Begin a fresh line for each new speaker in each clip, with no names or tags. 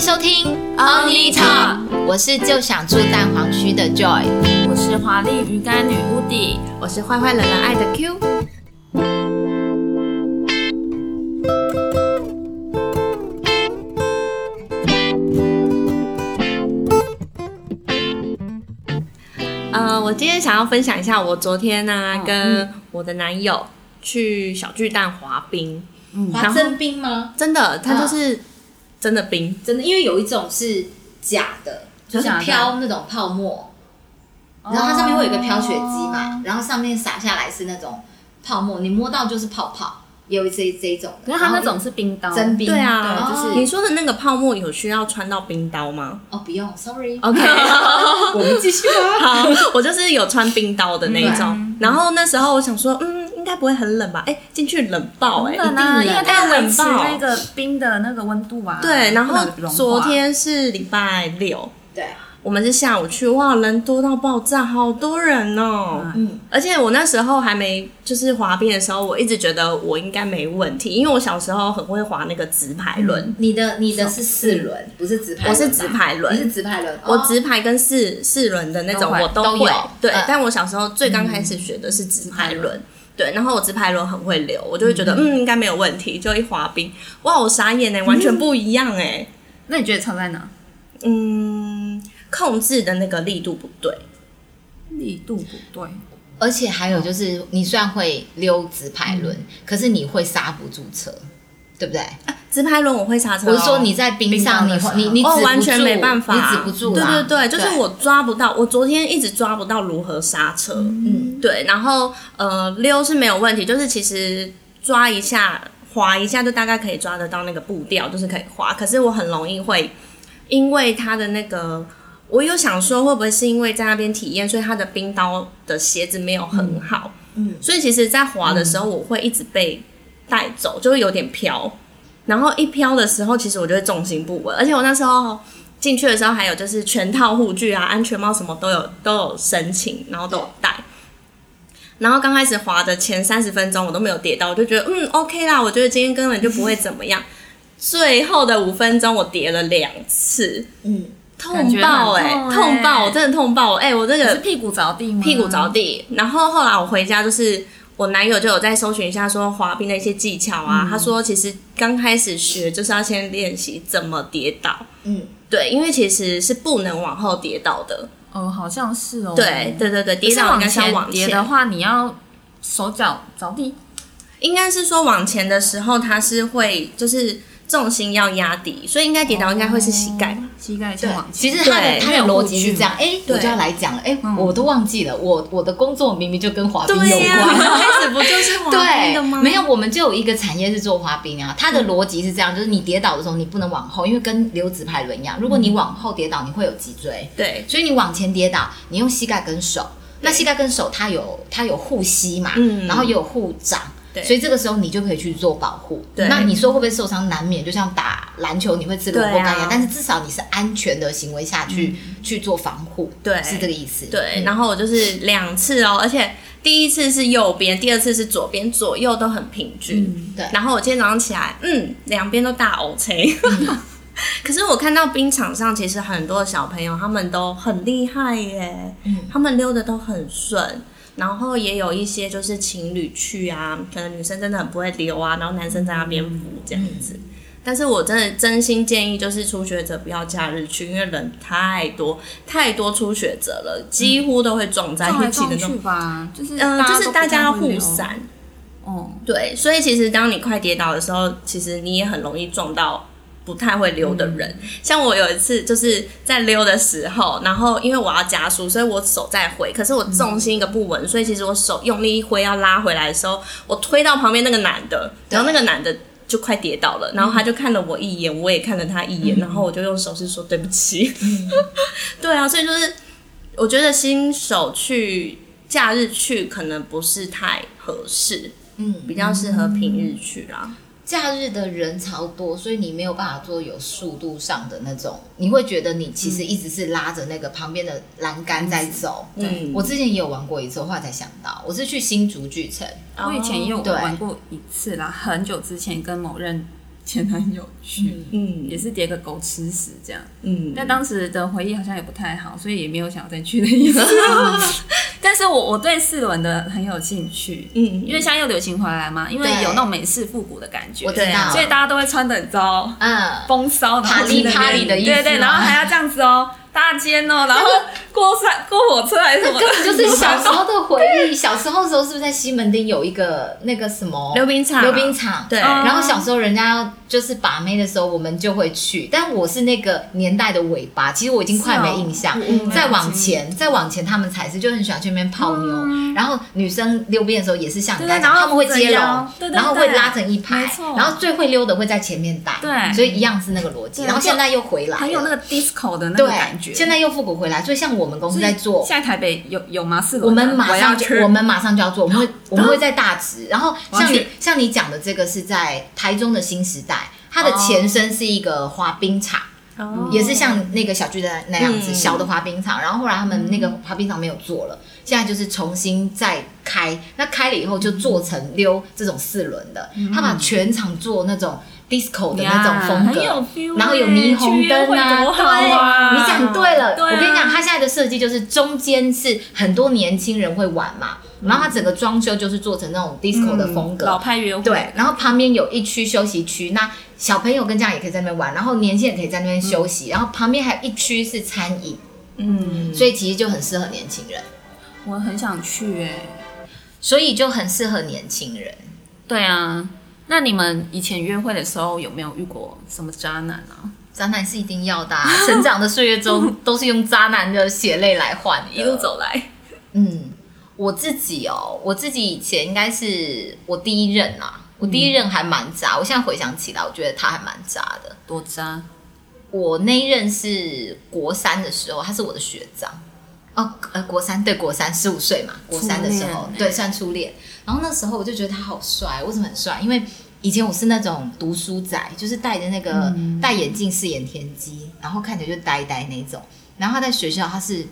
收听
Only Talk
我是就想住蛋黄区的 Joy。
我是华丽鱼干女乌迪，
我是坏坏冷冷爱的 Q。
呃，我今天想要分享一下，我昨天呢、啊
哦
跟
嗯
我的男友去小巨蛋滑冰，嗯
滑真冰吗？
真的，他就是真的冰，
真的，因为有一种是假的，就是
假的
飘那种泡沫，
哦
然后它上面会有一个飘雪机嘛，然后上面洒下来是那种泡沫，你摸到就是泡泡，也有这这一种的。
然后它那种是冰刀，
真冰，
对啊，
对
就是你说的那个泡沫有需要穿到冰刀吗
哦，不用，sorry，
？OK，
我们继续吧。
好，我就是有穿冰刀的那一种。然后那时候我想说，嗯，应该不会很冷吧？哎，进去冷爆哎、
对啊，因为它要维持
冷爆
那个冰的那个温度啊。
对，然后
不能融化
昨天是礼拜六，
对，
我们是下午去，哇，人多到爆炸，好多人哦、
嗯，
而且我那时候还没就是滑冰的时候，我一直觉得我应该没问题，因为我小时候很会滑那个直排
嗯
轮，
你的你的是四轮，不是直排，
我是直，排
你是
轮。
直排轮，
我
哦
直排跟四四轮的那种
都会
我都
都
会
有，
对
嗯，
但我小时候最刚开始学的是直排轮，对，然后我直排轮很会溜，我就会觉得嗯应该没有问题，就一滑冰，哇，我傻眼哎，
嗯
完全不一样哎，
那你觉得差在哪？
嗯，控制的那个力度不对，
力度不对，
而且还有就是，你虽然会溜直排轮，
嗯
可是你会刹不住车，对不对？
直排轮我会刹车、哦，
我是说你在冰上，
冰上
你
的
会
时候
你你止不
哦，
住，
完全没办法，
你止不住
对
啊
啦。
对对，就是我抓不到，我昨天一直抓不到如何刹车。
嗯，
对，然后呃，溜是没有问题，就是其实抓一下、滑一下，就大概可以抓得到那个步调，就是可以滑。可是我很容易会因为它的那个。我有想说，会不会是因为在那边体验，所以它的冰刀的鞋子没有很好，
嗯
所以其实，在滑的时
嗯
候，我会一直被带走，就会有点飘。然后一飘的时候，其实我就会重心不稳，而且我那时候进去的时候，还有就是全套护具啊、安全帽什么都有都有申请，然后都有带。然后刚开始滑的前三十分钟，我都没有跌倒，我就觉得嗯 OK 啦，我觉得今天根本就不会怎么样。最后的五分钟，我跌了两次，
嗯，
感
痛
觉
爆
很
哎、
痛欸
痛爆！我真的痛爆！哎、我这
你
个
是屁股着地吗？
屁股着地。
嗯
然后后来我回家，就是我男友就有在搜寻一下说滑冰的一些技巧啊。
嗯
他说其实刚开始学就是要先练习怎么跌倒，
嗯，
对，因为其实是不能往后跌倒的。
哦，好像是哦。
对，对对对，
你
跌
是
倒应
往
该先
前
往
跌
前，
的话，你要手脚着地。
应该是说往前的时候，它是会就是重心要压低，所以应该跌倒应该会是膝盖。
哦膝盖先
对
往，前。
其实它的
对
它的逻辑是这样，哎，我
对
就要来讲了，哎，我都忘记了，我我的工作明明就跟 滑冰有
呀、
关。
啊开始不就是滑冰 的吗？
没有，我们就有一个产业是做滑冰啊。它的逻辑是这样，就是你跌倒的时候，你不能往后，因为跟溜直排轮一样，如果你往后跌倒，你会有脊椎，
对，
所以你往前跌倒，你用膝盖跟手。那膝盖跟手它有它有护膝嘛，
嗯
然后也有护掌。
对
所以这个时候你就可以去做保护。
对
那你说会不会受伤？难免，就像打篮球你会吃萝卜干一
对
样
啊，嗯
但是至少你是安全的行为下去、去做防护，
对
是这个意思。
对，
嗯
然后我就是两次哦，而且第一次是右边，第二次是左边，左右都很平均。
对
然后我今天早上起来，嗯，两边都大 OK。可是我看到冰场上，其实很多小朋友他们都很厉害耶，
嗯
他们溜的都很顺。然后也有一些就是情侣去啊，可能女生真的很不会溜啊，然后男生在那边扶这样子。
嗯
但是我真的真心建议，就是初学者不要假日去，因为人太多，太多初学者了，几乎都会撞在
撞来
一起
撞
的那
去
种。
吧，就是
嗯、
都
就是大家要
不太会
互
溜。
闪，
哦，
对，所以其实当你快跌倒的时候，其实你也很容易撞到不太会溜的人。像我有一次就是在溜的时候，然后因为我要加速，所以我手在挥，可是我重心一个不稳，所以其实我手用力一挥要拉回来的时候，我推到旁边那个男的，然后那个男的。就快跌倒了，然后他就看了我一眼，我也看了他一眼，然后我就用手势说对不起。 对啊，所以就是我觉得新手去假日去可能不是太合适，
嗯，
比较适合平日去啦。
假日的人潮多，所以你没有办法做有速度上的那种，你会觉得你其实一直是拉着那个旁边的栏杆在走。
嗯
我之前也有玩过一次，我后来才想到，我是去新竹巨城，
哦
我以前也有
对
玩过一次啦，很久之前跟某任前男友去，
嗯
也是跌个狗吃屎这样。
嗯，
但当时的回忆好像也不太好，所以也没有想再去的 意思。但是我我对四轮的很有兴趣，
嗯
因为现在又流行回来嘛，因为
对
有那种美式复古的感觉，
我知道
啊所以大家都会穿的很糟，
嗯，
风骚，啊然后
塔利帕利的衣服啊
对对，
吗
然后还要这样子哦，搭肩哦， 然后过山过火车还是什么的，嗯
根本就是小 时候的回忆。小时候的时候，是不是在西门町有一个那个什么
溜冰场
溜冰场，
对
然后小时候人家要就是把妹的时候，我们就会去。但我是那个年代的尾巴，其实我已经快没印象。
嗯嗯
再往前，再往前，他们才是就很喜欢去那边泡妞。然后女生溜冰的时候也是像你刚才
对对然
讲，
后
他们会接龙
折腰，对对对
然后会拉成一
没
排
错，
然后最会溜的会在前面带。
对
所以一样是那个逻辑。
对
然后现在又回来了，
很有那个 disco 的那
对
个感觉。
现在又复古回来，所以像我们公司在做，
现在台北有有吗？四
我
轮的，
们马
要
上就
去，
我们马上就要做，我们会我们会在大直，然后
我要
像
去
你像你讲的这个是在台中的新时代，它的
哦
前身是一个滑冰场，
哦
也是像那个小巨蛋那样子、
嗯
小的滑冰场，然后后来他们那个
嗯
滑冰场没有做了，现在就是重新再开，那开了以后就做成溜这种四轮的，
嗯
他把全场做那种 disco 的那种风格，
呀很有 feel 欸
然后有霓虹灯
去约会多好
啊，
啊
对，你讲对了。
对啊
我跟你讲，它现在的设计就是中间是很多年轻人会玩嘛，然后它整个装修就是做成那种 disco 的风格，
嗯老派约会，
对，然后旁边有一区休息区，那小朋友跟家长也可以在那边玩，然后年轻人可以在那边休息，然后旁边还有一区是餐饮，
嗯，
所以其实就很适合年轻人，
我很想去哎、
所以就很适合年轻人。
对啊，那你们以前约会的时候有没有遇过什么渣男啊？
渣男是一定要 的、啊，成长的岁月中都是用渣男的血泪来换的，
一路走来，
嗯，我自己哦，我自己以前应该是我第一任啦，我第一任还蛮渣。我现在回想起来，我觉得他还蛮渣的。
多渣？
我那一任是国三的时候，他是我的学长。哦，呃，国三对国三，十五岁嘛，国三的时候
初恋
对算初恋。然后那时候我就觉得他好帅，为什么很帅？因为以前我是那种读书仔，就是戴着那个、戴眼镜饰演田鸡，然后看起来就呆呆那种。然后他在学校他是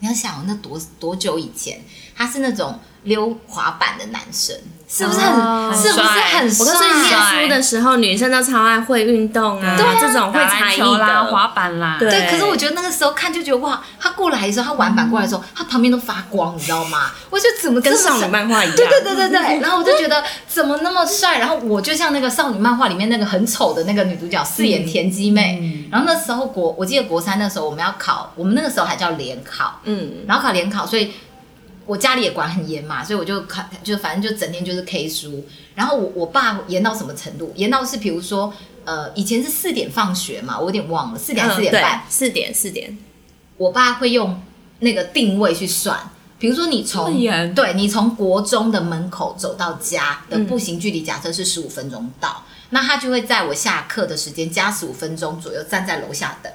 你要想哦那多多久以前，他是那种溜滑板的男生，是不是很、
哦
是不是很
我
帅？
告诉你，念书的时候女生都超爱会运动啊，这种会
打
才
篮
艺
球啦，
的，
滑板啦，
对
对，可是我觉得那个时候看就觉得哇，他过来的时候，他玩板过来的时候，他旁边都发光，你知道 吗？我就怎么这
跟
么
少女漫画一样，
对对对对对，然后我就觉得怎么那么帅，然后我就像那个少女漫画里面那个很丑的那个女主角饰演田鸡妹，
嗯
嗯
然后那时候国我记得国三那时候我们要考，我们那个时候还叫联考，
嗯，
然后考联考，所以我家里也管很严嘛，所以我就考，就反正就整天就是 K 书。然后我我爸严到什么程度？严到是比如说，呃，以前是四点放学嘛，我有点忘了，四点还是四点
对
半，，
四点四点，
我爸会用那个定位去算。比如说你
这
从
么严
对你从国中的门口走到家的步行距离，假设是十五分钟
嗯
到，那他就会在我下课的时间加十五分钟左右站在楼下等。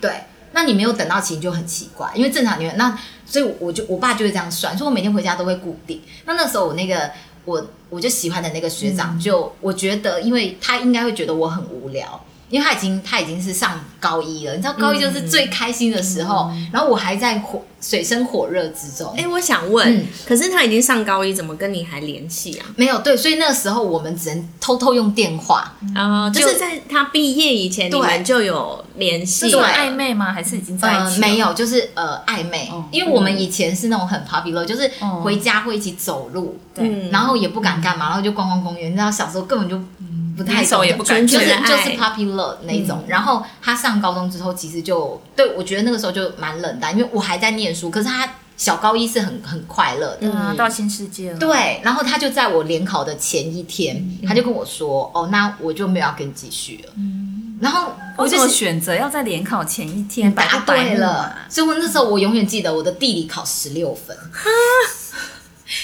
对，那你没有等到，其实就很奇怪，因为正常你会那，所以我就我爸就会这样算，所以我每天回家都会固定。那那时候我那个我我就喜欢的那个学长就，我觉得，因为他应该会觉得我很无聊。因为他已经他已经是上高一了，你知道高一就是最开心的时候，然后我还在火水深火热之中。
哎，我想问
嗯，
可是他已经上高一，怎么跟你还联系啊？
没有对，所以那个时候我们只能偷偷用电话，
啊，就
就是
在他毕业以前，
对
你们就有联系
对
有
了，
暧昧吗？还是已经在一
呃
起、，
没，有，就是呃暧昧，
哦
因为我们以前是那种很 popular，就是
哦
回家会一起走路，
对
嗯
然后也不敢干嘛，然后就逛逛公园。你知道小时候根本就不太
离手
懂
也不敢
就是
纯纯的
就
爱
是 puppy love 那一
嗯
种。然后他上高中之后，其实就对我觉得那个时候就蛮冷淡，因为我还在念书，可是他小高一是很很快乐的。
对啊，到新世界了，，
嗯对，然后他就在我联考的前一天，
嗯
他就跟我说：“哦，那我就没有要跟你继续了。然后我
嗯为什
就
么
是
选择要在联考前一天？百
答
不百
对
目
了
啊，
所以我那时候我永远记得我的地理考十六分。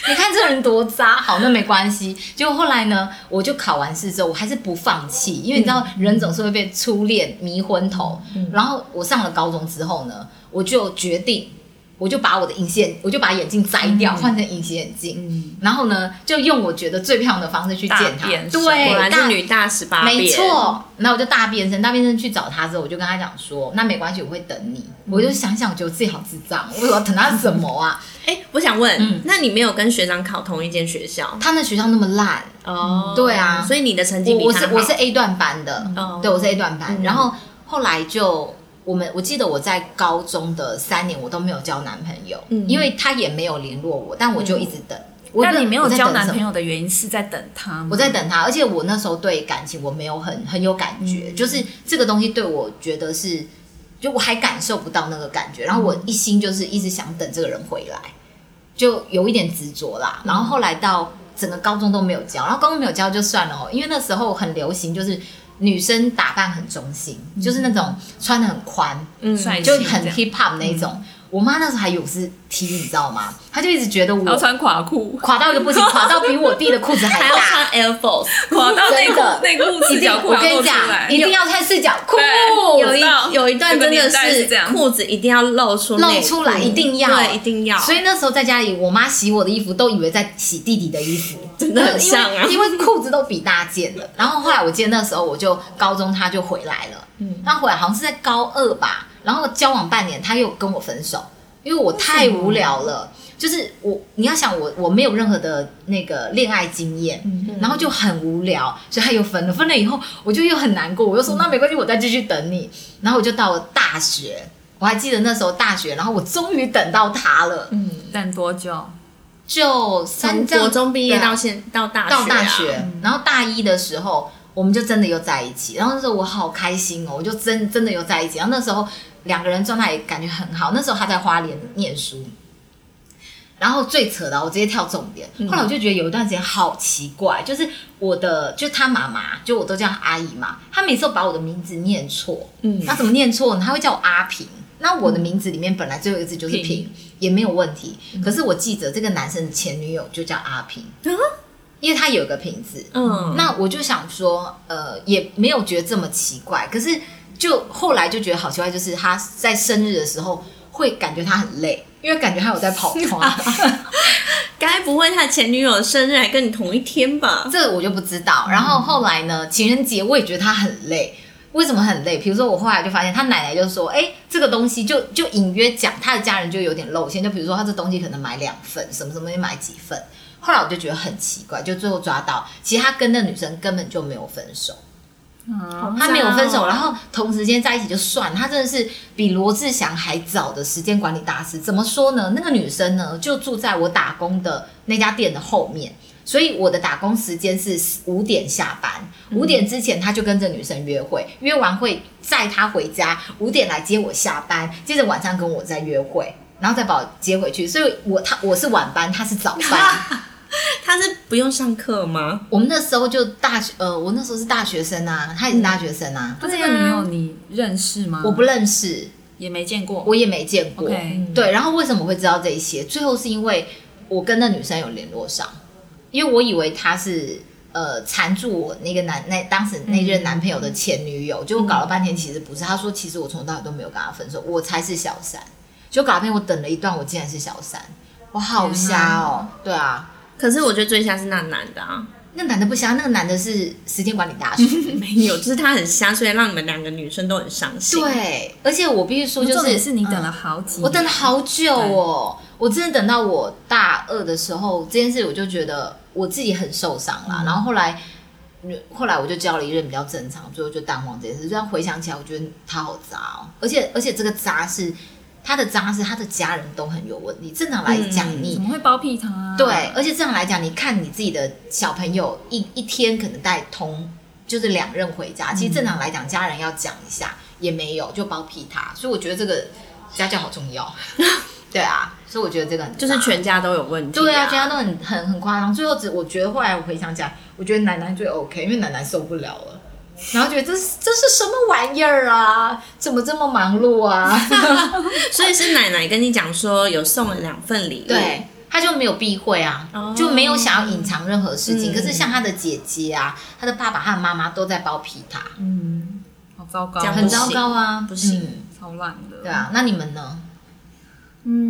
你看这人多渣，好，那没关系。结果后来呢，我就考完试之后，我还是不放弃，因为你知道人总是会被
嗯
初恋迷昏头。然后我上了高中之后呢，我就决定我就把我的隐形眼，我就把眼镜摘掉，
嗯
换成隐形眼镜。
嗯，
然后呢，就用我觉得最漂亮的方式去
大
见他。
变身，果
对，
然是
大
女大十八变，
没错，那我就大变身，大变身去找他之后，我就跟他讲说，那没关系，我会等你。
嗯
我就想想，我觉得我自己好智障，我要等他什么啊？
哎，我想问，
嗯
那你没有跟学长考同一间学
嗯
校
他那学校那么烂，
哦
对啊
所以你的成绩
我
比
我
他
是
好。
我是 A 段班的，
嗯
哦
对，我是 A 段班。
嗯
然后后来就我们，我记得我在高中的三年，我都没有交男朋友，
嗯
因为他也没有联络我，但我就一直等。我
但你没有交男朋
友。
友的原因是在等他吗？
我在等他，而且我那时候对感情我没有很很有感觉，
嗯
就是这个东西对我觉得是，就我还感受不到那个感觉，然后我一心就是一直想等这个人回来，就有一点执着啦。然后后来到整个高中都没有交，然后高中没有交就算了哦，因为那时候很流行就是女生打扮很中性，就是那
嗯
种穿的很宽，
嗯
帅气
就很
这样
hip hop 那一种。我妈那时候还以为我是 T，你知道吗？她就一直觉得
然后
我
穿 垮裤，
垮到一个不行，垮到比我弟的裤子还
还
大，
要穿 Air Force，
垮到内
真的
裤内裤
一
四
定，
角裤
我
要
跟
露
你
出
讲，一
来。
定要穿四角裤，
对
有
我知道
一有一段真
那个
的
年代是这样
裤子一定要露出内裤
露出来一定要
对，一定要，
所以那时候在家里，我妈洗我的衣服都以为在洗弟弟的衣服，真
的很像啊
因为因为裤子都比大件了。然后后来我记得那时候我就高中他就回来了，嗯，他回来好像是在高二吧，然后交往半年他又跟我分手，因为我太无聊了。就是我，你要想我，我没有任何的那个恋爱经验，
嗯
然后就很无聊，所以他又分了。分了以后，我就又很难过，我又说那没关系，我再继续等你。然后我就到了大学，我还记得那时候大学，然后我终于等到他了，
嗯，等多久？
就三
从
这样
国中毕业
对啊
到现到大
到大
啊
学，然后大一的时候，我们就真的又在一起。然后那时候我好开心哦，我就真真的又在一起。然后那时候两个人状态也感觉很好。那时候他在花莲念书，然后最扯的，我直接跳重点。
嗯
后来我就觉得有一段时间好奇怪，就是我的，就他妈妈，就我都叫她阿姨嘛，她每次都把我的名字念错。
嗯
那怎么念错呢？她会叫我阿平。那我的名字里面本来最后一个字就是
平
平，也没有问题。
嗯
可是我记得这个男生的前女友就叫阿平，因为他有一个瓶子。
嗯，
那我就想说，呃，也没有觉得这么奇怪，可是就后来就觉得好奇怪，就是他在生日的时候会感觉他很累，因为感觉他有在跑团，
该不会他前女友的生日还跟你同一天吧？
这个我就不知道。然后后来呢，情人节我也觉得他很累。为什么很累？比如说，我后来就发现他奶奶就说：“哎、这个东西就就隐约讲他的家人就有点露馅，就比如说他这东西可能买两份，什么什么也买几份。”后来我就觉得很奇怪，就最后抓到，其实他跟那女生根本就没有分手。
嗯，
他没有分
好
手，
糟哦
然后同时间在一起就算，他真的是比罗志祥还早的时间管理大师。怎么说呢？那个女生呢，就住在我打工的那家店的后面，所以我的打工时间是五点下班，五点之前他就跟这女生约会，约完会载她回家，五点来接我下班，接着晚上跟我再约会，然后再把我接回去。所以我他我是晚班，他是早班。
他是不用上课吗？
我们那时候就大学，呃，我那时候是大学生啊，他也是大学生啊，
那这个女友你认识吗？
我不认识。
也没见过。
我也没见过。
OK，
对，然后为什么会知道这一些？最后是因为我跟那女生有联络上，因为我以为她是呃缠住我那个男那当时那任男朋友的前女友，结果搞了半天其实不是。她说其实我从头到尾都没有跟她分手，我才是小三。就搞了半天我等了一段，我竟然是小三，我好瞎哦。对啊，
可是我觉得最瞎是那男的啊，
那个男的不瞎，那个男的是时间管理大师。
没有，就是他很瞎，所以让你们两个女生都很伤心。，
对，啊而且我必须说，
我
就
重点
是
是嗯你等了好几年，
我等了好久哦，我真的等到我大二的时候，这件事我就觉得我自己很受伤啦。然后后来，后来我就交了一任比较正常，最后就淡忘这件事。这样回想起来，我觉得他好渣哦，而且而且这个渣是他的渣是他的家人都很有问题。正常来讲，
嗯
你
怎么会包庇他啊？
对，而且正常来讲，你看你自己的小朋友一一天可能带通就是两任回家，
嗯
其实正常来讲，家人要讲一下也没有，就包庇他，所以我觉得这个家教好重要。 对啊，所以我觉得这个很
就是
大
全家都有问题、
对啊，全家都很很很夸张。最后只我觉得后来我回想起来，我觉得奶奶最 OK，因为奶奶受不了了。然后觉得这是这是什么玩意儿啊？怎么这么忙碌啊？
所以是奶奶跟你讲说有送了两份礼物，
对，他就没有避讳啊，
哦
就没有想要隐藏任何事情。
嗯
可是像他的姐姐啊、他的爸爸、他的妈妈都在包庇他，
嗯，好糟糕，
这样
很
不
糟
行
糕啊，
不行
嗯
超烂的。
对，啊，那你们呢？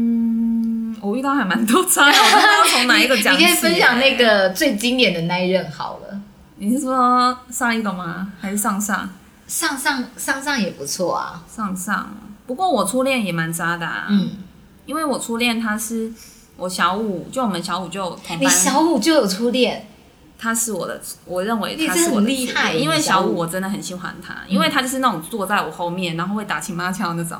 嗯，我遇到还蛮多 障碍，我不知道从哪一个讲
你
起。
可以分享那个最经典的那一任好了，
你是说上一个吗？还是上上
上上上上也不错啊。
上上？不过我初恋也蛮渣的、啊，
嗯，
因为我初恋他是我小五，就我们小五就同
你
班，
小五就有初恋，
他是我的，我认为
你
他
真
是
的
我的
很厉
初
害
恋因为小
小
五
五
我真的很喜欢他，因
嗯
为他就是那种坐在我后面，然后会打情骂俏那种。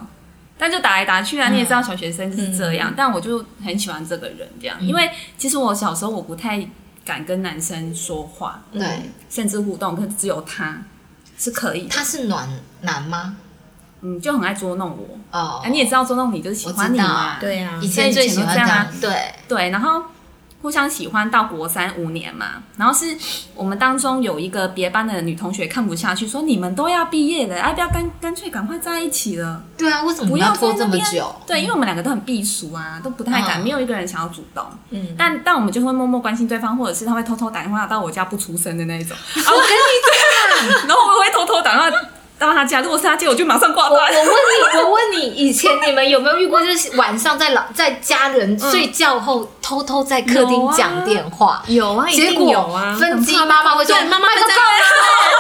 但就打来打去啊，你也知
嗯
道小学生就是这样。但我就很喜欢这个人这样，
嗯
因为其实我小时候我不太敢跟男生说话，
对，
甚至互动，可是只有他是可以的，
他是暖男吗？
嗯，就很爱捉弄我。
哦
啊，，你也知道捉弄你就是喜欢你嘛，
对啊
以，前
所
最
以以前
喜
都
欢
这样啊
他，对，
对，然后互相喜欢到国三五年嘛，然后是我们当中有一个别班的女同学看不下去，说你们都要毕业了，哎要不要干干脆赶快在一起了？
对啊，为什么
不
你
要
拖
在
这
那
么
边
久？
对，因为我们两个都很避暑啊，都不太敢，
嗯
没有一个人想要主动。
嗯
但但我们就会默默关心对方，或者是他会偷偷打电话到我家不出声的那一种。 啊，我跟你讲，然后我会偷偷打电话到他家，如果是他接，我就马上挂断。
我问你，我问你，以前你们有没有遇过，就是晚上在老在家人睡觉后，偷偷在客厅讲电话？
有啊，一
结
定
果
有啊。
分机妈妈会说：“
对妈妈
你
会
都
在
干嘛？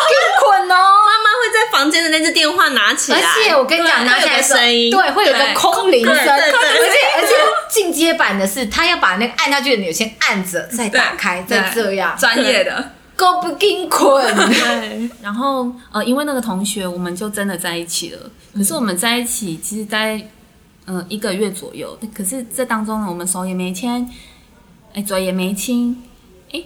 给你滚哦
妈妈会在房间的那只电话拿！”起来，
而且我跟你讲，
对
拿起来的时候
会有个声音，
对，会有个
对
空铃声，而
对对对
且而且进阶版的是，他要把那个按下去的钮先按着，再打开，
对
再这样，
专业的。
够不给你 滚。
对，
然后呃，因为那个同学，我们就真的在一起了。可是我们在一起，其实待呃一个月左右。可是这当中呢，我们手也没牵，哎，嘴也没亲，哎，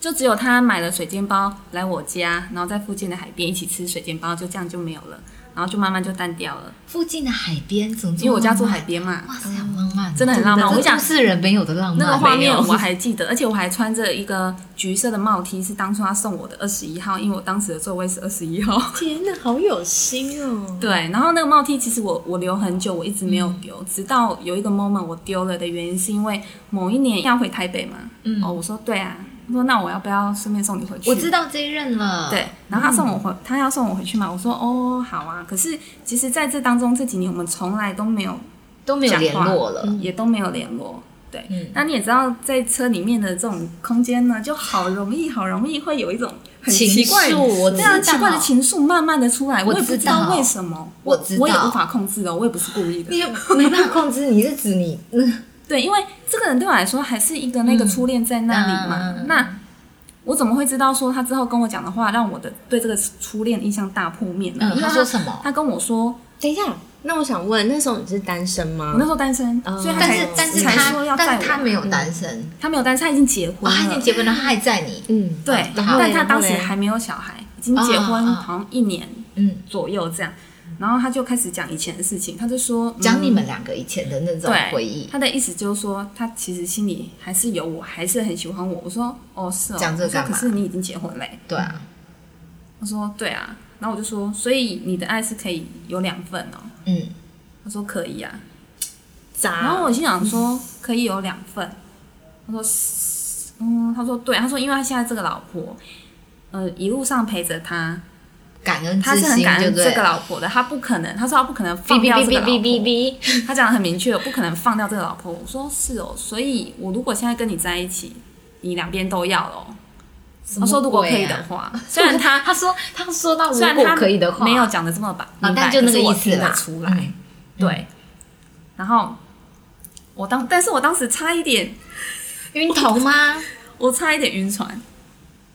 就只有他买了水煎包来我家，然后在附近的海边一起吃水煎包，就这样就没有了。然后就慢慢就淡掉了，
附近的海边怎么？
因为我家住海，边嘛，
哇塞，好
嗯
浪漫哦，
真的很浪漫。我跟你讲，
是人没有的浪漫，
那个画面
没有
我还记得，而且我还穿着一个橘色的帽 T，是当初他送我的二十一号，因为我当时的座位是二十一号。
天哪，好有心哦。
对，然后那个帽 T 其实我我留很久，我一直没有丢，直到有一个 moment 我丢了的原因是因为某一年要回台北嘛，嗯，哦，我说对啊，他说那我要不要顺便送你回去？
我知道这嗯一任了，
对，然后他送我回，他要送我回去嘛，我说哦好啊，可是其实在这当中这几年我们从来都没有
都没有联络了。嗯
也都没有联络。对，那你也知道，在车里面的这种空间呢，就好容易，好容易会有一种很
情
奇怪的
愫我知
对啊，
道
奇怪的情愫慢慢的出来，我也
哦我
不知
知
道
道
为什么，
我知道
我也无法控制哦，我也不是故意的
你。 没办法控制，你是指你嗯
对，因为这个人对我来说还是一个那个初恋在那里嘛，
嗯嗯
那我怎么会知道说他之后跟我讲的话，让我的对这个初恋印象大破灭呢？
嗯
因为
他说什么
他跟我说，
等一下，那我想问，那时候你是单身吗
我那时？候单身，
哦
所以他
嗯但
才
是但是
才
他
说要载
但
我
是他没有单身，
他没有单身，他已经结
哦，
婚了，
他已经结婚了，他还在你，
嗯，
对，
然后
但
嘞
他当时
然后嘞
还没有小孩，已经结
啊啊
婚
啊
好像一年
嗯，
左右这样，然后他就开始讲以前的事情，他就说
讲你。
嗯
们两个以前的那种
对，
回忆，
他的意思就是说，他其实心里还是有我，还是很喜欢我。我说，哦，是哦。
讲这
我说
干嘛
可是你已经结婚嘞。
对啊，
他说，对啊。然后我就说，所以你的爱是可以有两份哦。
嗯，
他说可以啊。
啊
然后
砸，
我心想说，可以有两份。他说，是嗯，他说对，他说因为他现在这个老婆，呃，一路上陪着他，
感恩
他
之
是很
心，
感
对
恩
不
这
对
个？老婆的，他不可能，他说他不可能放掉这个老婆。
哔，
他讲的很明确，我不可能放掉这个老婆。我说是哦，所以我如果现在跟你在一起，你两边都要哦。他说如果可以的话，虽然他
啊他说他说 到如
虽然
果
他
可以的话，
没有讲的这么白，
啊
明白
但就那个意思啦嗯
可是我听得出来。对，然后我当，但是我当时差一点，
晕头吗？
我差一点晕船，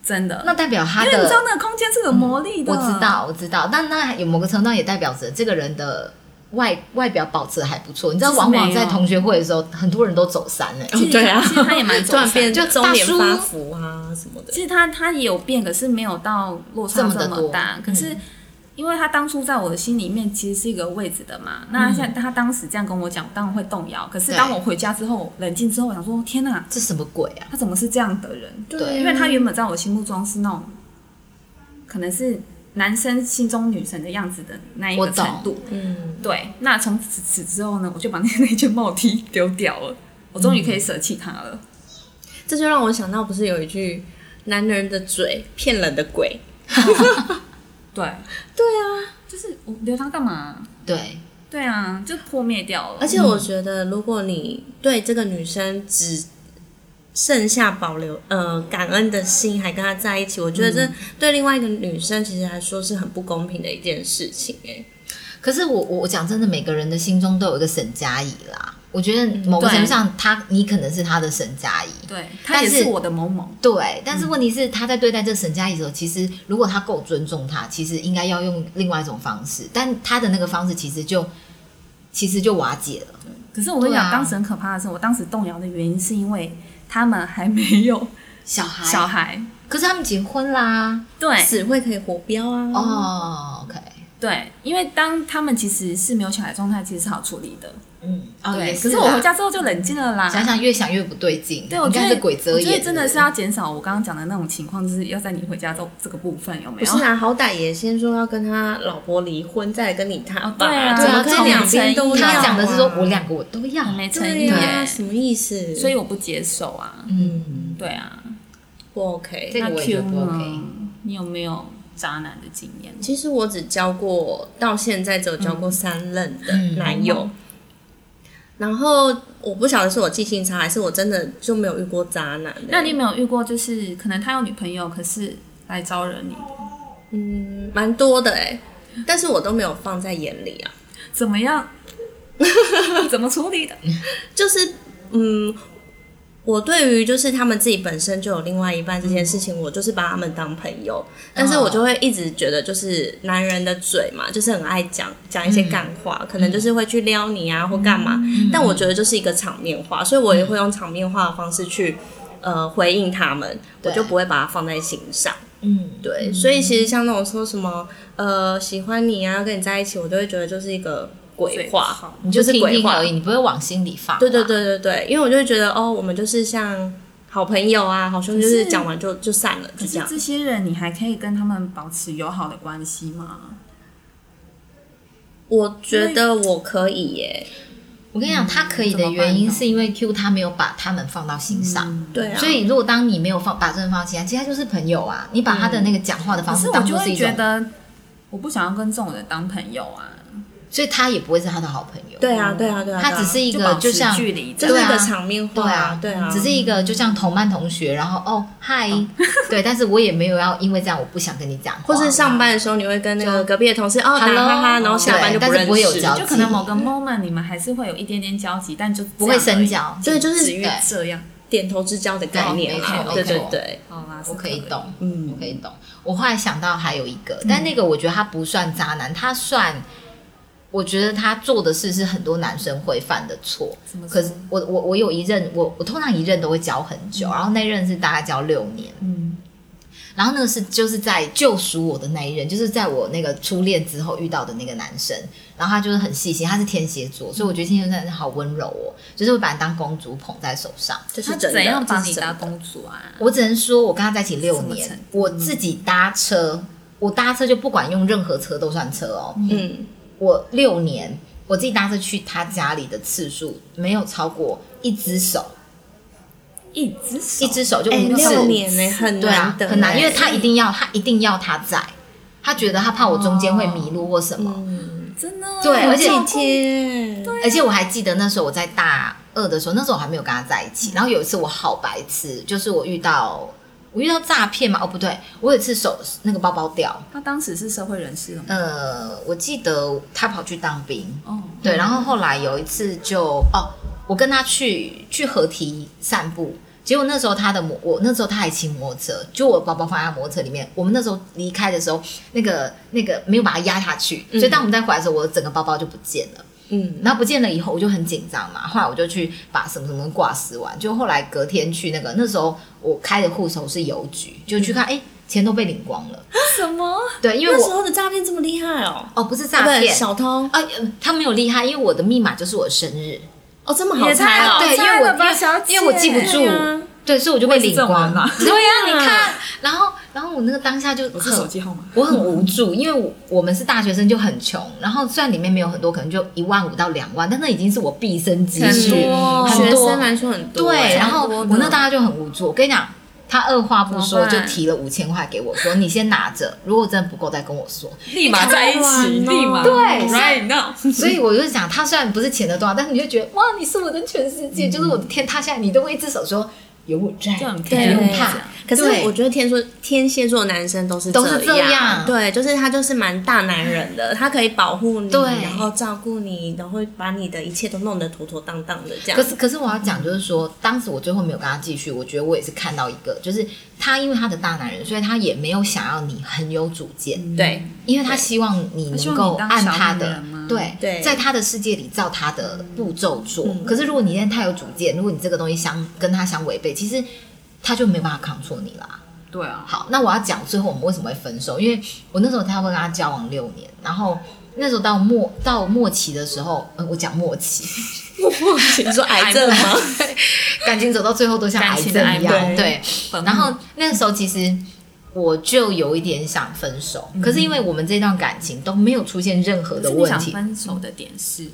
真的。
那代表他
因为你知道
的，
那个空间是有魔力的，
我知。道我知道，但那有某个程度上也代表着这个人的。外外表保持得还不错，你知道，
就是
往往
没有嗯
在同学会的时候，很多人都走散了、
哦对啊
其实他也 蛮
突然变
就
中年
大叔
发福啊什么的。
其实他他也有变，可是没有到落差
这么的
这么
多嗯
大。可是因为他当初在我的心里面其实是一个位置的嘛，那像他当时这样跟我讲，我当然会动摇。可是
嗯对
当我回家之后，冷静之后，我想说，天哪、
这什么鬼啊？
他怎么是这样的人？
对啊
因为他原本在我心目中是那种，可能是男生心中女神的样子的那一
我
个
懂
程度。
嗯，
对，那从此此之后呢，我就把那那件帽 T 丢掉了，我终于可以舍弃他了。
这就让我想到，不是有一句“男人的嘴骗人的鬼
对，对啊，就是我留他干嘛？
对，
对啊，就破灭掉了。
而且我觉得，如果你对这个女生只剩下保留呃感恩的心，还跟她在一起，我觉得
嗯
这对另外一个女生其实来说是很不公平的一件事情、欸。
可是我我我讲真的，每个人的心中都有一个沈佳宜啦。我觉
嗯
得某个程度上，他你可能是他的沈佳宜，
对，他也
但是
是我的某某，
对。但是
嗯
问题是，他在对待这个沈佳宜的时候，其实如果他够尊重他，其实应该要用另外一种方式。但他的那个方式其实就其实就瓦解了。
可是我跟你
对啊
讲，当时很可怕的是，我当时动摇的原因是因为他们还没有
小孩，
小孩。
可是他们结婚啦。
对
哎，死会可以活标啊！，
哦，OK，
对，因为当他们其实是没有小孩的状态，其实是好处理的。
嗯，哦，
对，
也
可
是
是我
啦
回家之后就冷静了啦。
想想越想越不对劲，
对，我
应
觉
该
得
是鬼遮
我觉
眼，
得真的是要减少我刚刚讲的那种情况，就是要在你回家这这个部分有没
不
有？
是啊，好歹也先说要跟他老婆离婚，再来跟你他
哦
吧。
对啊
怎么
对啊
这两边
这
都
种
要啊
他讲的是说我两个我都要，
没诚
对
意
呀、
耶
啊，，什么意思？
所以我不接受啊。
嗯，
对啊，
不 OK。
这个
那
我也觉
Q
得不 OK
呢。？你有没有渣男的经验？
其实我只交过，到现在只有交
嗯
过三任的男友，然后我不晓得是我记性差，还是我真的就没有遇过渣男、欸
那你有没有遇过，就是可能他有女朋友，可是来招惹你，
嗯蛮多的哎、但是我都没有放在眼里啊。
怎 么样？怎么处理的？
就是嗯，我对于就是他们自己本身就有另外一半
嗯
这件事情，我就是把他们当朋友，但是我就会一直觉得就是男人的嘴嘛，就是很爱讲讲一些
嗯
干话，可能就是会去撩你啊或干嘛，但我觉得就是一个场面话，所以我也会用场面话的方式去。呃，回应他们，我
对
就不会把它放在心上。
嗯，
对，所以其实像那种说什么呃喜欢你啊，跟你在一起，我都会觉得就是一个鬼话，
嘴炮
你就是
就是
听
鬼
听
话
而已，你不会往心里放。啊
对对，对对对，因为我就会觉得哦，我们就是像好朋友啊，好兄弟，就是
可是
讲完就就散了，
可
就是这样。
这些人，你还可以跟他们保持友好的关系吗？
我觉得我可以耶，
我跟你讲，他可以的原因是因为 Q 他没有把他们放到心上。
对啊，
所以，如果当你没有放把这人放到心上，其实他就是朋友啊。你把他的那个讲话的
可
方
是
式
我
啊当
就
做是
会
一
觉
种，
得，我不想要跟这种人当朋友啊，
所以他也不会是他的好朋友。
对啊，对啊，对啊，
他只是一
就
个
保持
像
距离这
这
样。
是一
对
个
啊
场面
对
话
啊，
对啊，
只是一个就像同班同学，然后哦嗨， 对，但是我也没有要因为这样我不想跟你讲话，
或是上班的时候你会跟那个隔壁的同事哦打哈哈，然后下班
对
就
但是
认
不会有
识，
交
就可能某个 moment 你们还是会有一点点交集，但就不
不会深，交，
所以就是
止于
对
这样。
点头之交的概念啦，
对没错
对对
没错
对，
好啦，是
我可以
的。
懂，
嗯
我可以懂。嗯我后来想到还有一个，但那个我觉得他不算渣男，他算，我觉得他做的事是很多男生会犯的错
怎么。说
可是我我我有一任，我我通常一任都会教很久，然后那任是大概教六年，
嗯，
然后那个是就是在救赎我的那一任，就是在我那个初恋之后遇到的那个男生，然后他就是很细心，他是天蝎座，所以我觉得天蝎座真的好温柔哦，就是会把你当公主捧在手上。
这是
他
真
怎样
的，这
把
是
你
真
当
的。
公主啊？
我只能说，我跟他在一起六
什么程
年
度，
我自己搭车，我搭车就不管用任何车都算车哦。
嗯，
我六年，我自己搭车去他家里的次数没有超过一只手，
一只手，
一只手就
哎，
五次，
六年呢，很
嗯对啊
难，得，欸
很难，因为他一定要，他一定要他在，他觉得他怕我中间会迷路或
嗯
什么。
真的啊
对而且
好恐怖
天，
而且我还记得那时候我在大二的时候，那时候我还没有跟他在一起。然后有一次我好白痴，就是我遇到我遇到诈骗嘛，哦不对，我有一次手那个包包掉，
他当时是社会人士了吗？
呃，我记得他跑去当兵，
哦，
对，然后后来有一次就哦，我跟他去去河堤散步，结果那时候他的摩，我那时候他还骑摩托车，就我包包放在他摩托车里面。我们那时候离开的时候，那个那个没有把它压下去，所以当我们再回来的时候，我整个包包就不见了。
嗯，
然后不见了以后，我就很紧张嘛。后来我就去把什么什么挂失完，就后来隔天去那个那时候我开的户头是邮局，就去看，哎、钱都被领光了。
什么？
对，因为
嗯那时
我
候的诈骗这么厉害哦，
哦不是
啊
诈
不是
骗，
小偷
啊，呃他没有厉害，因为我的密码就是我的生日，
哦，这么
也
好猜
太
哦，
好
啊对，因
猜
为我
了吧小
因为我
姐
记不住，
对啊
对，所以我就被领
我也
光
是这种人啊
对呀、 你看，然后然后我那个当下就
我是
很
手机号码
我很无助，因为我我们是大学生就很穷，然后虽然里面没有很多，可能就一万五到两万，但那已经是我毕生积
很
蓄，
多
很
学
多
生来说很多，
对，
哎
然后
多
我
的
那大家就很无助。我跟你讲，他二话不说
怎
就
么办
提了五千块给我，说你先拿着，如果真的不够再跟我说。
立马在一起，立马
对
，right now，
所以我就想，他虽然不是钱的多少，啊但是你就觉得哇，你是我的全世界，就是我的天塌下来，你都会一只手说有我在，
嗯就很
不用怕。
可是
对
我觉得天蝎天蝎座男生都是
都是这
样，
样
对，就是他就是蛮大男人的，他可以保护你，
对
然后照顾你，然后把你的一切都弄得妥妥当当的这样
可。是，可是我要讲，就是说，当时我最后没有跟他继续，我觉得我也是看到一个，就是他因为他的大男人，所以他也没有想要你很有主见，
对，
因为他希望你能够按他
他希望你当小女
的
人啊吗，
对
对
在他的世界里照他的步骤做。
嗯
可是如果你今天太有主见，如果你这个东西相跟他相违背，其实他就没办法 control 你啦。
对啊，
好，那我要讲最后我们为什么会分手，因为我那时候差不多跟他交往六年，然后那时候到末到末期的时候，呃、我讲末期，
你说癌症吗？
感情走到最后都像癌症一
感情的癌
样，
症
对。
本
然后那时候其实我就有一点想分手，可是因为我们这段感情都没有出现任何的
可是你
问
嗯想
题，
分手的点是，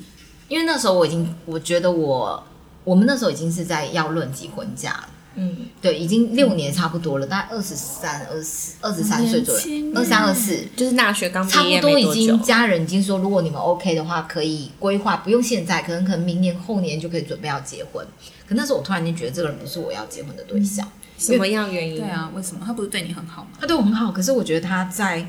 因为那时候我已经我觉得我我们那时候已经是在要论及婚嫁了。
嗯，
对，已经六年差不多了，大概二十三、二十二十三岁左
很年
右，
轻啊
二三、二四，
就是大学刚
差
毕
不
业
多
没
已
多久
经，家人已经说，如果你们 OK 的话，可以规划，不用现在，可能可能明年后年就可以准备要结婚。可那时候我突然间觉得这个人不是我要结婚的对象，
什么样原因？
对啊，为什么他不是对你很好吗？
他对我很好，可是我觉得他在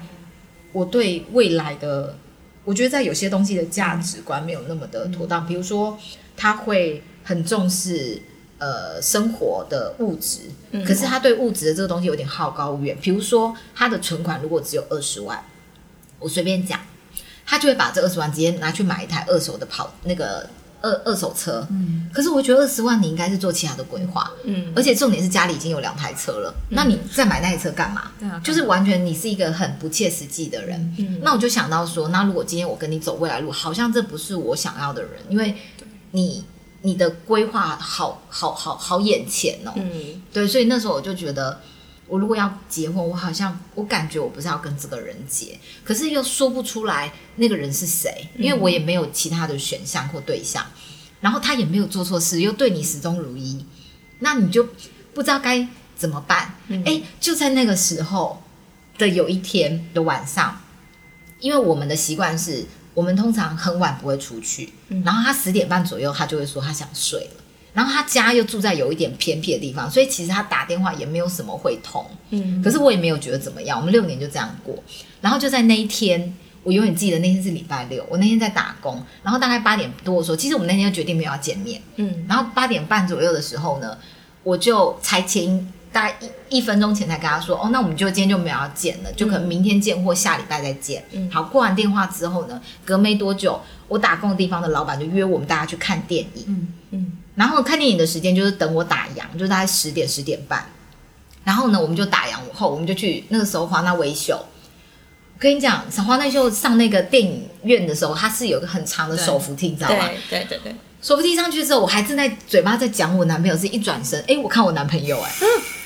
我对未来的，我觉得在有些东西的价值观没有那么的妥当，比如说他会很重视。呃，生活的物质，可是他对物质的这个东西有点好高骛远。比如说，他的存款如果只有二十万，我随便讲，他就会把这二十万直接拿去买一台二手的跑那个二二手车。嗯，可是我觉得二十万你应该是做其他的规划。
嗯，
而且重点是家里已经有两台车了，那你再买那台车干嘛？
对啊
就是完全你是一个很不切实际的人。嗯，那我就想到说，那如果今天我跟你走未来路，好像这不是我想要的人，因为你你的规划好好好好眼前哦。
嗯，
对，所以那时候我就觉得，我如果要结婚，我好像我感觉我不是要跟这个人结，可是又说不出来那个人是谁，因为我也没有其他的选项或对象，然后他也没有做错事，又对你始终如一，那你就不知道该怎么办。哎、就在那个时候的有一天的晚上，因为我们的习惯是。我们通常很晚不会出去，然后他十点半左右，他就会说他想睡了。然后他家又住在有一点偏僻的地方，所以其实他打电话也没有什么会通。嗯，可是我也没有觉得怎么样，我们六年就这样过。然后就在那一天，我永远记得那天是礼拜六，我那天在打工，然后大概八点多的时候，其实我们那天就决定没有要见面。
嗯，
然后八点半左右的时候呢，我就才前大概一一分钟前才跟他说，哦，那我们就今天就没有要见了，就可能明天见或下礼拜再见。嗯，好，挂完电话之后呢，隔没多久，我打工的地方的老板就约我们大家去看电影。
嗯
嗯，
然后看电影的时间就是等我打烊，就大概十点十点半。然后呢，我们就打烊午后，我们就去那个时候华纳维修。我跟你讲，华纳维修上那个电影院的时候，它是有一个很长的手扶梯，你知道吗？
对对对对，
手扶梯上去之后，我还正在嘴巴在讲我男朋友，是一转身，哎、我看我男朋友、哎，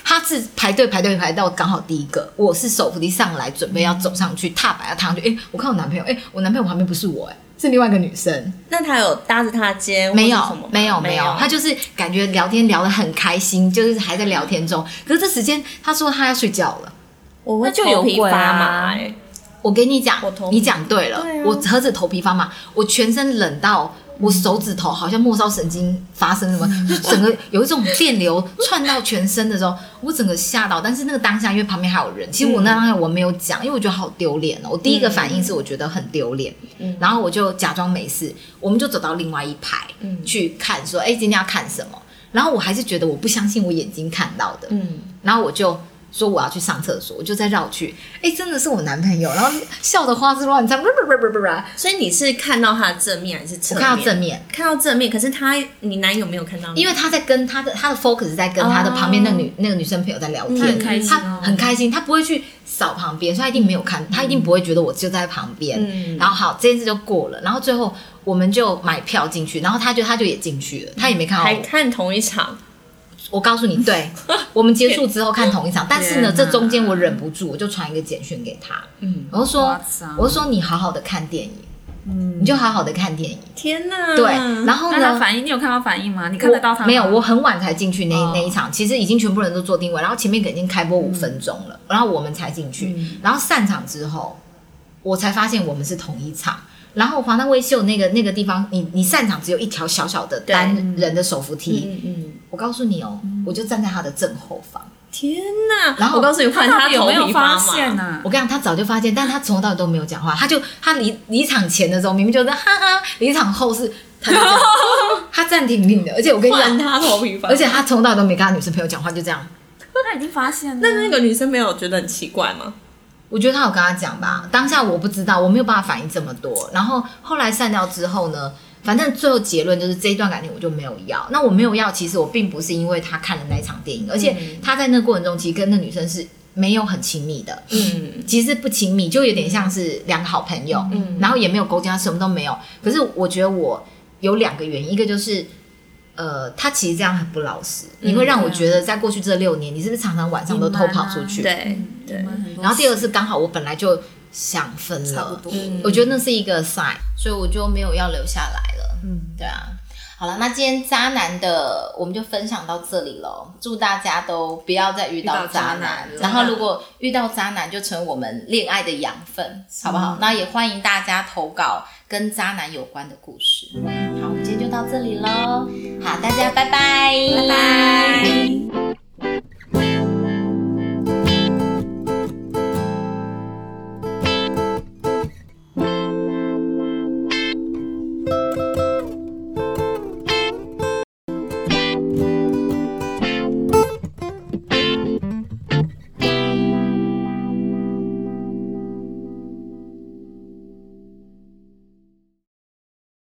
他是排队排队排到刚好第一个，我是手扶梯上来准备要走上去，踏板要踏上去，哎、我看我男朋友，哎、我男朋友旁边不是我、哎，是另外一个女生，
那他有搭着他的肩，
没有
或者什么吗，
没有，
没
没有，他就是感觉聊天聊得很开心，就是还在聊天中，可是这时间他说他要睡觉了。
我会
那就有
头皮
鬼
发
啊
麻，哎
我跟你讲
我头，
你讲对了，
对啊
我何止头皮发麻，我全身冷到我手指头好像末梢神经发生什么， 就整个有一种电流 窜到全身的时候，我整个吓到。但是那个当下，因为旁边还有人，其实我那当下我没有讲，因为我觉得好丢脸哦。我第一个反应是我觉得很丢脸，
嗯
然后我就假装没事，我们就走到另外一排、
嗯
去看说，哎，今天要看什么？然后我还是觉得我不相信我眼睛看到的，
嗯，
然后我就说我要去上厕所，我就再绕去，哎，真的是我男朋友，然后笑得花枝乱颤，不不不不不不，
所以你是看到他的正面还是侧
我
面？嗯
看到正面，
看到正面，可是他你男友没有看到你，
因为他在跟他的他的 focus 在跟他的旁边那个女、那个女生朋友在聊天，
嗯很开心哦
他很开心，他不会去扫旁边，所以他一定没有看，他一定不会觉得我就在旁边。
嗯
然后好，这件事就过了，然后最后我们就买票进去，然后他就他就也进去了，他也没看到
还
我。
看同一场，
我告诉你， 对我们结束之后看同一场，但是呢，
天哪
这中间我忍不住，我就传一个简讯给他，嗯，我就说
夸张，嗯
我就说你好好的看电影，你就好好的看电影。
天哪！
对，然后
那他
呢？
反应，你有看到反应吗？你看得到他吗
没有，我很晚才进去那、
哦
那一场，其实已经全部人都做定位，然后前面已经开播五分钟
嗯
了，然后我们才进去，然后散场之后，我才发现我们是同一场。然后华纳威秀那个那个地方，你你散场只有一条小小的
对
单人的手扶梯，
嗯嗯，
我告诉你哦，我就站在他的正后方。
天哪！
然后
我告诉你，换
他到
他
底有
头
没有
皮
发
发
现啊
麻。
呢、
我跟你讲，他早就发现，但他从头到尾都没有讲话。他就他离离场前的时候，明明就是哈哈，离场后是他就这样 他站挺挺的，而且我跟你
换
讲，
他头皮发麻，
而且他从头到尾都没跟他女生朋友讲话，就这样。
他已经发现了。
那那个女生没有觉得很奇怪吗？
我觉得他有跟他讲吧，当下我不知道，我没有办法反应这么多。然后后来散掉之后呢，反正最后结论就是这一段感情我就没有要。那我没有要，其实我并不是因为他看了那一场电影，而且他在那过程中其实跟那女生是没有很亲密的，
嗯，
其实不亲密，就有点像是两个好朋友，嗯，然后也没有勾结，什么都没有。可是我觉得我有两个原因，一个就是。呃，他其实这样很不老实，你会让我觉得在过去这六年，你是不是常常晚上都偷跑出去？
对对，
然后第二个是刚好我本来就想分了，
差不多，
嗯
我觉得那是一个 sign，所以我就没有要留下来了。
嗯，
对啊，
好了，那今天渣男的我们就分享到这里喽。祝大家都不要再遇到渣
遇到渣男
男，
了
然后如果遇到渣男，就成为我们恋爱的养分，好不好？那也欢迎大家投稿跟渣男有关的故事。好，我们今天就到这里喽。好，大家拜拜，拜拜。
嗯
拜。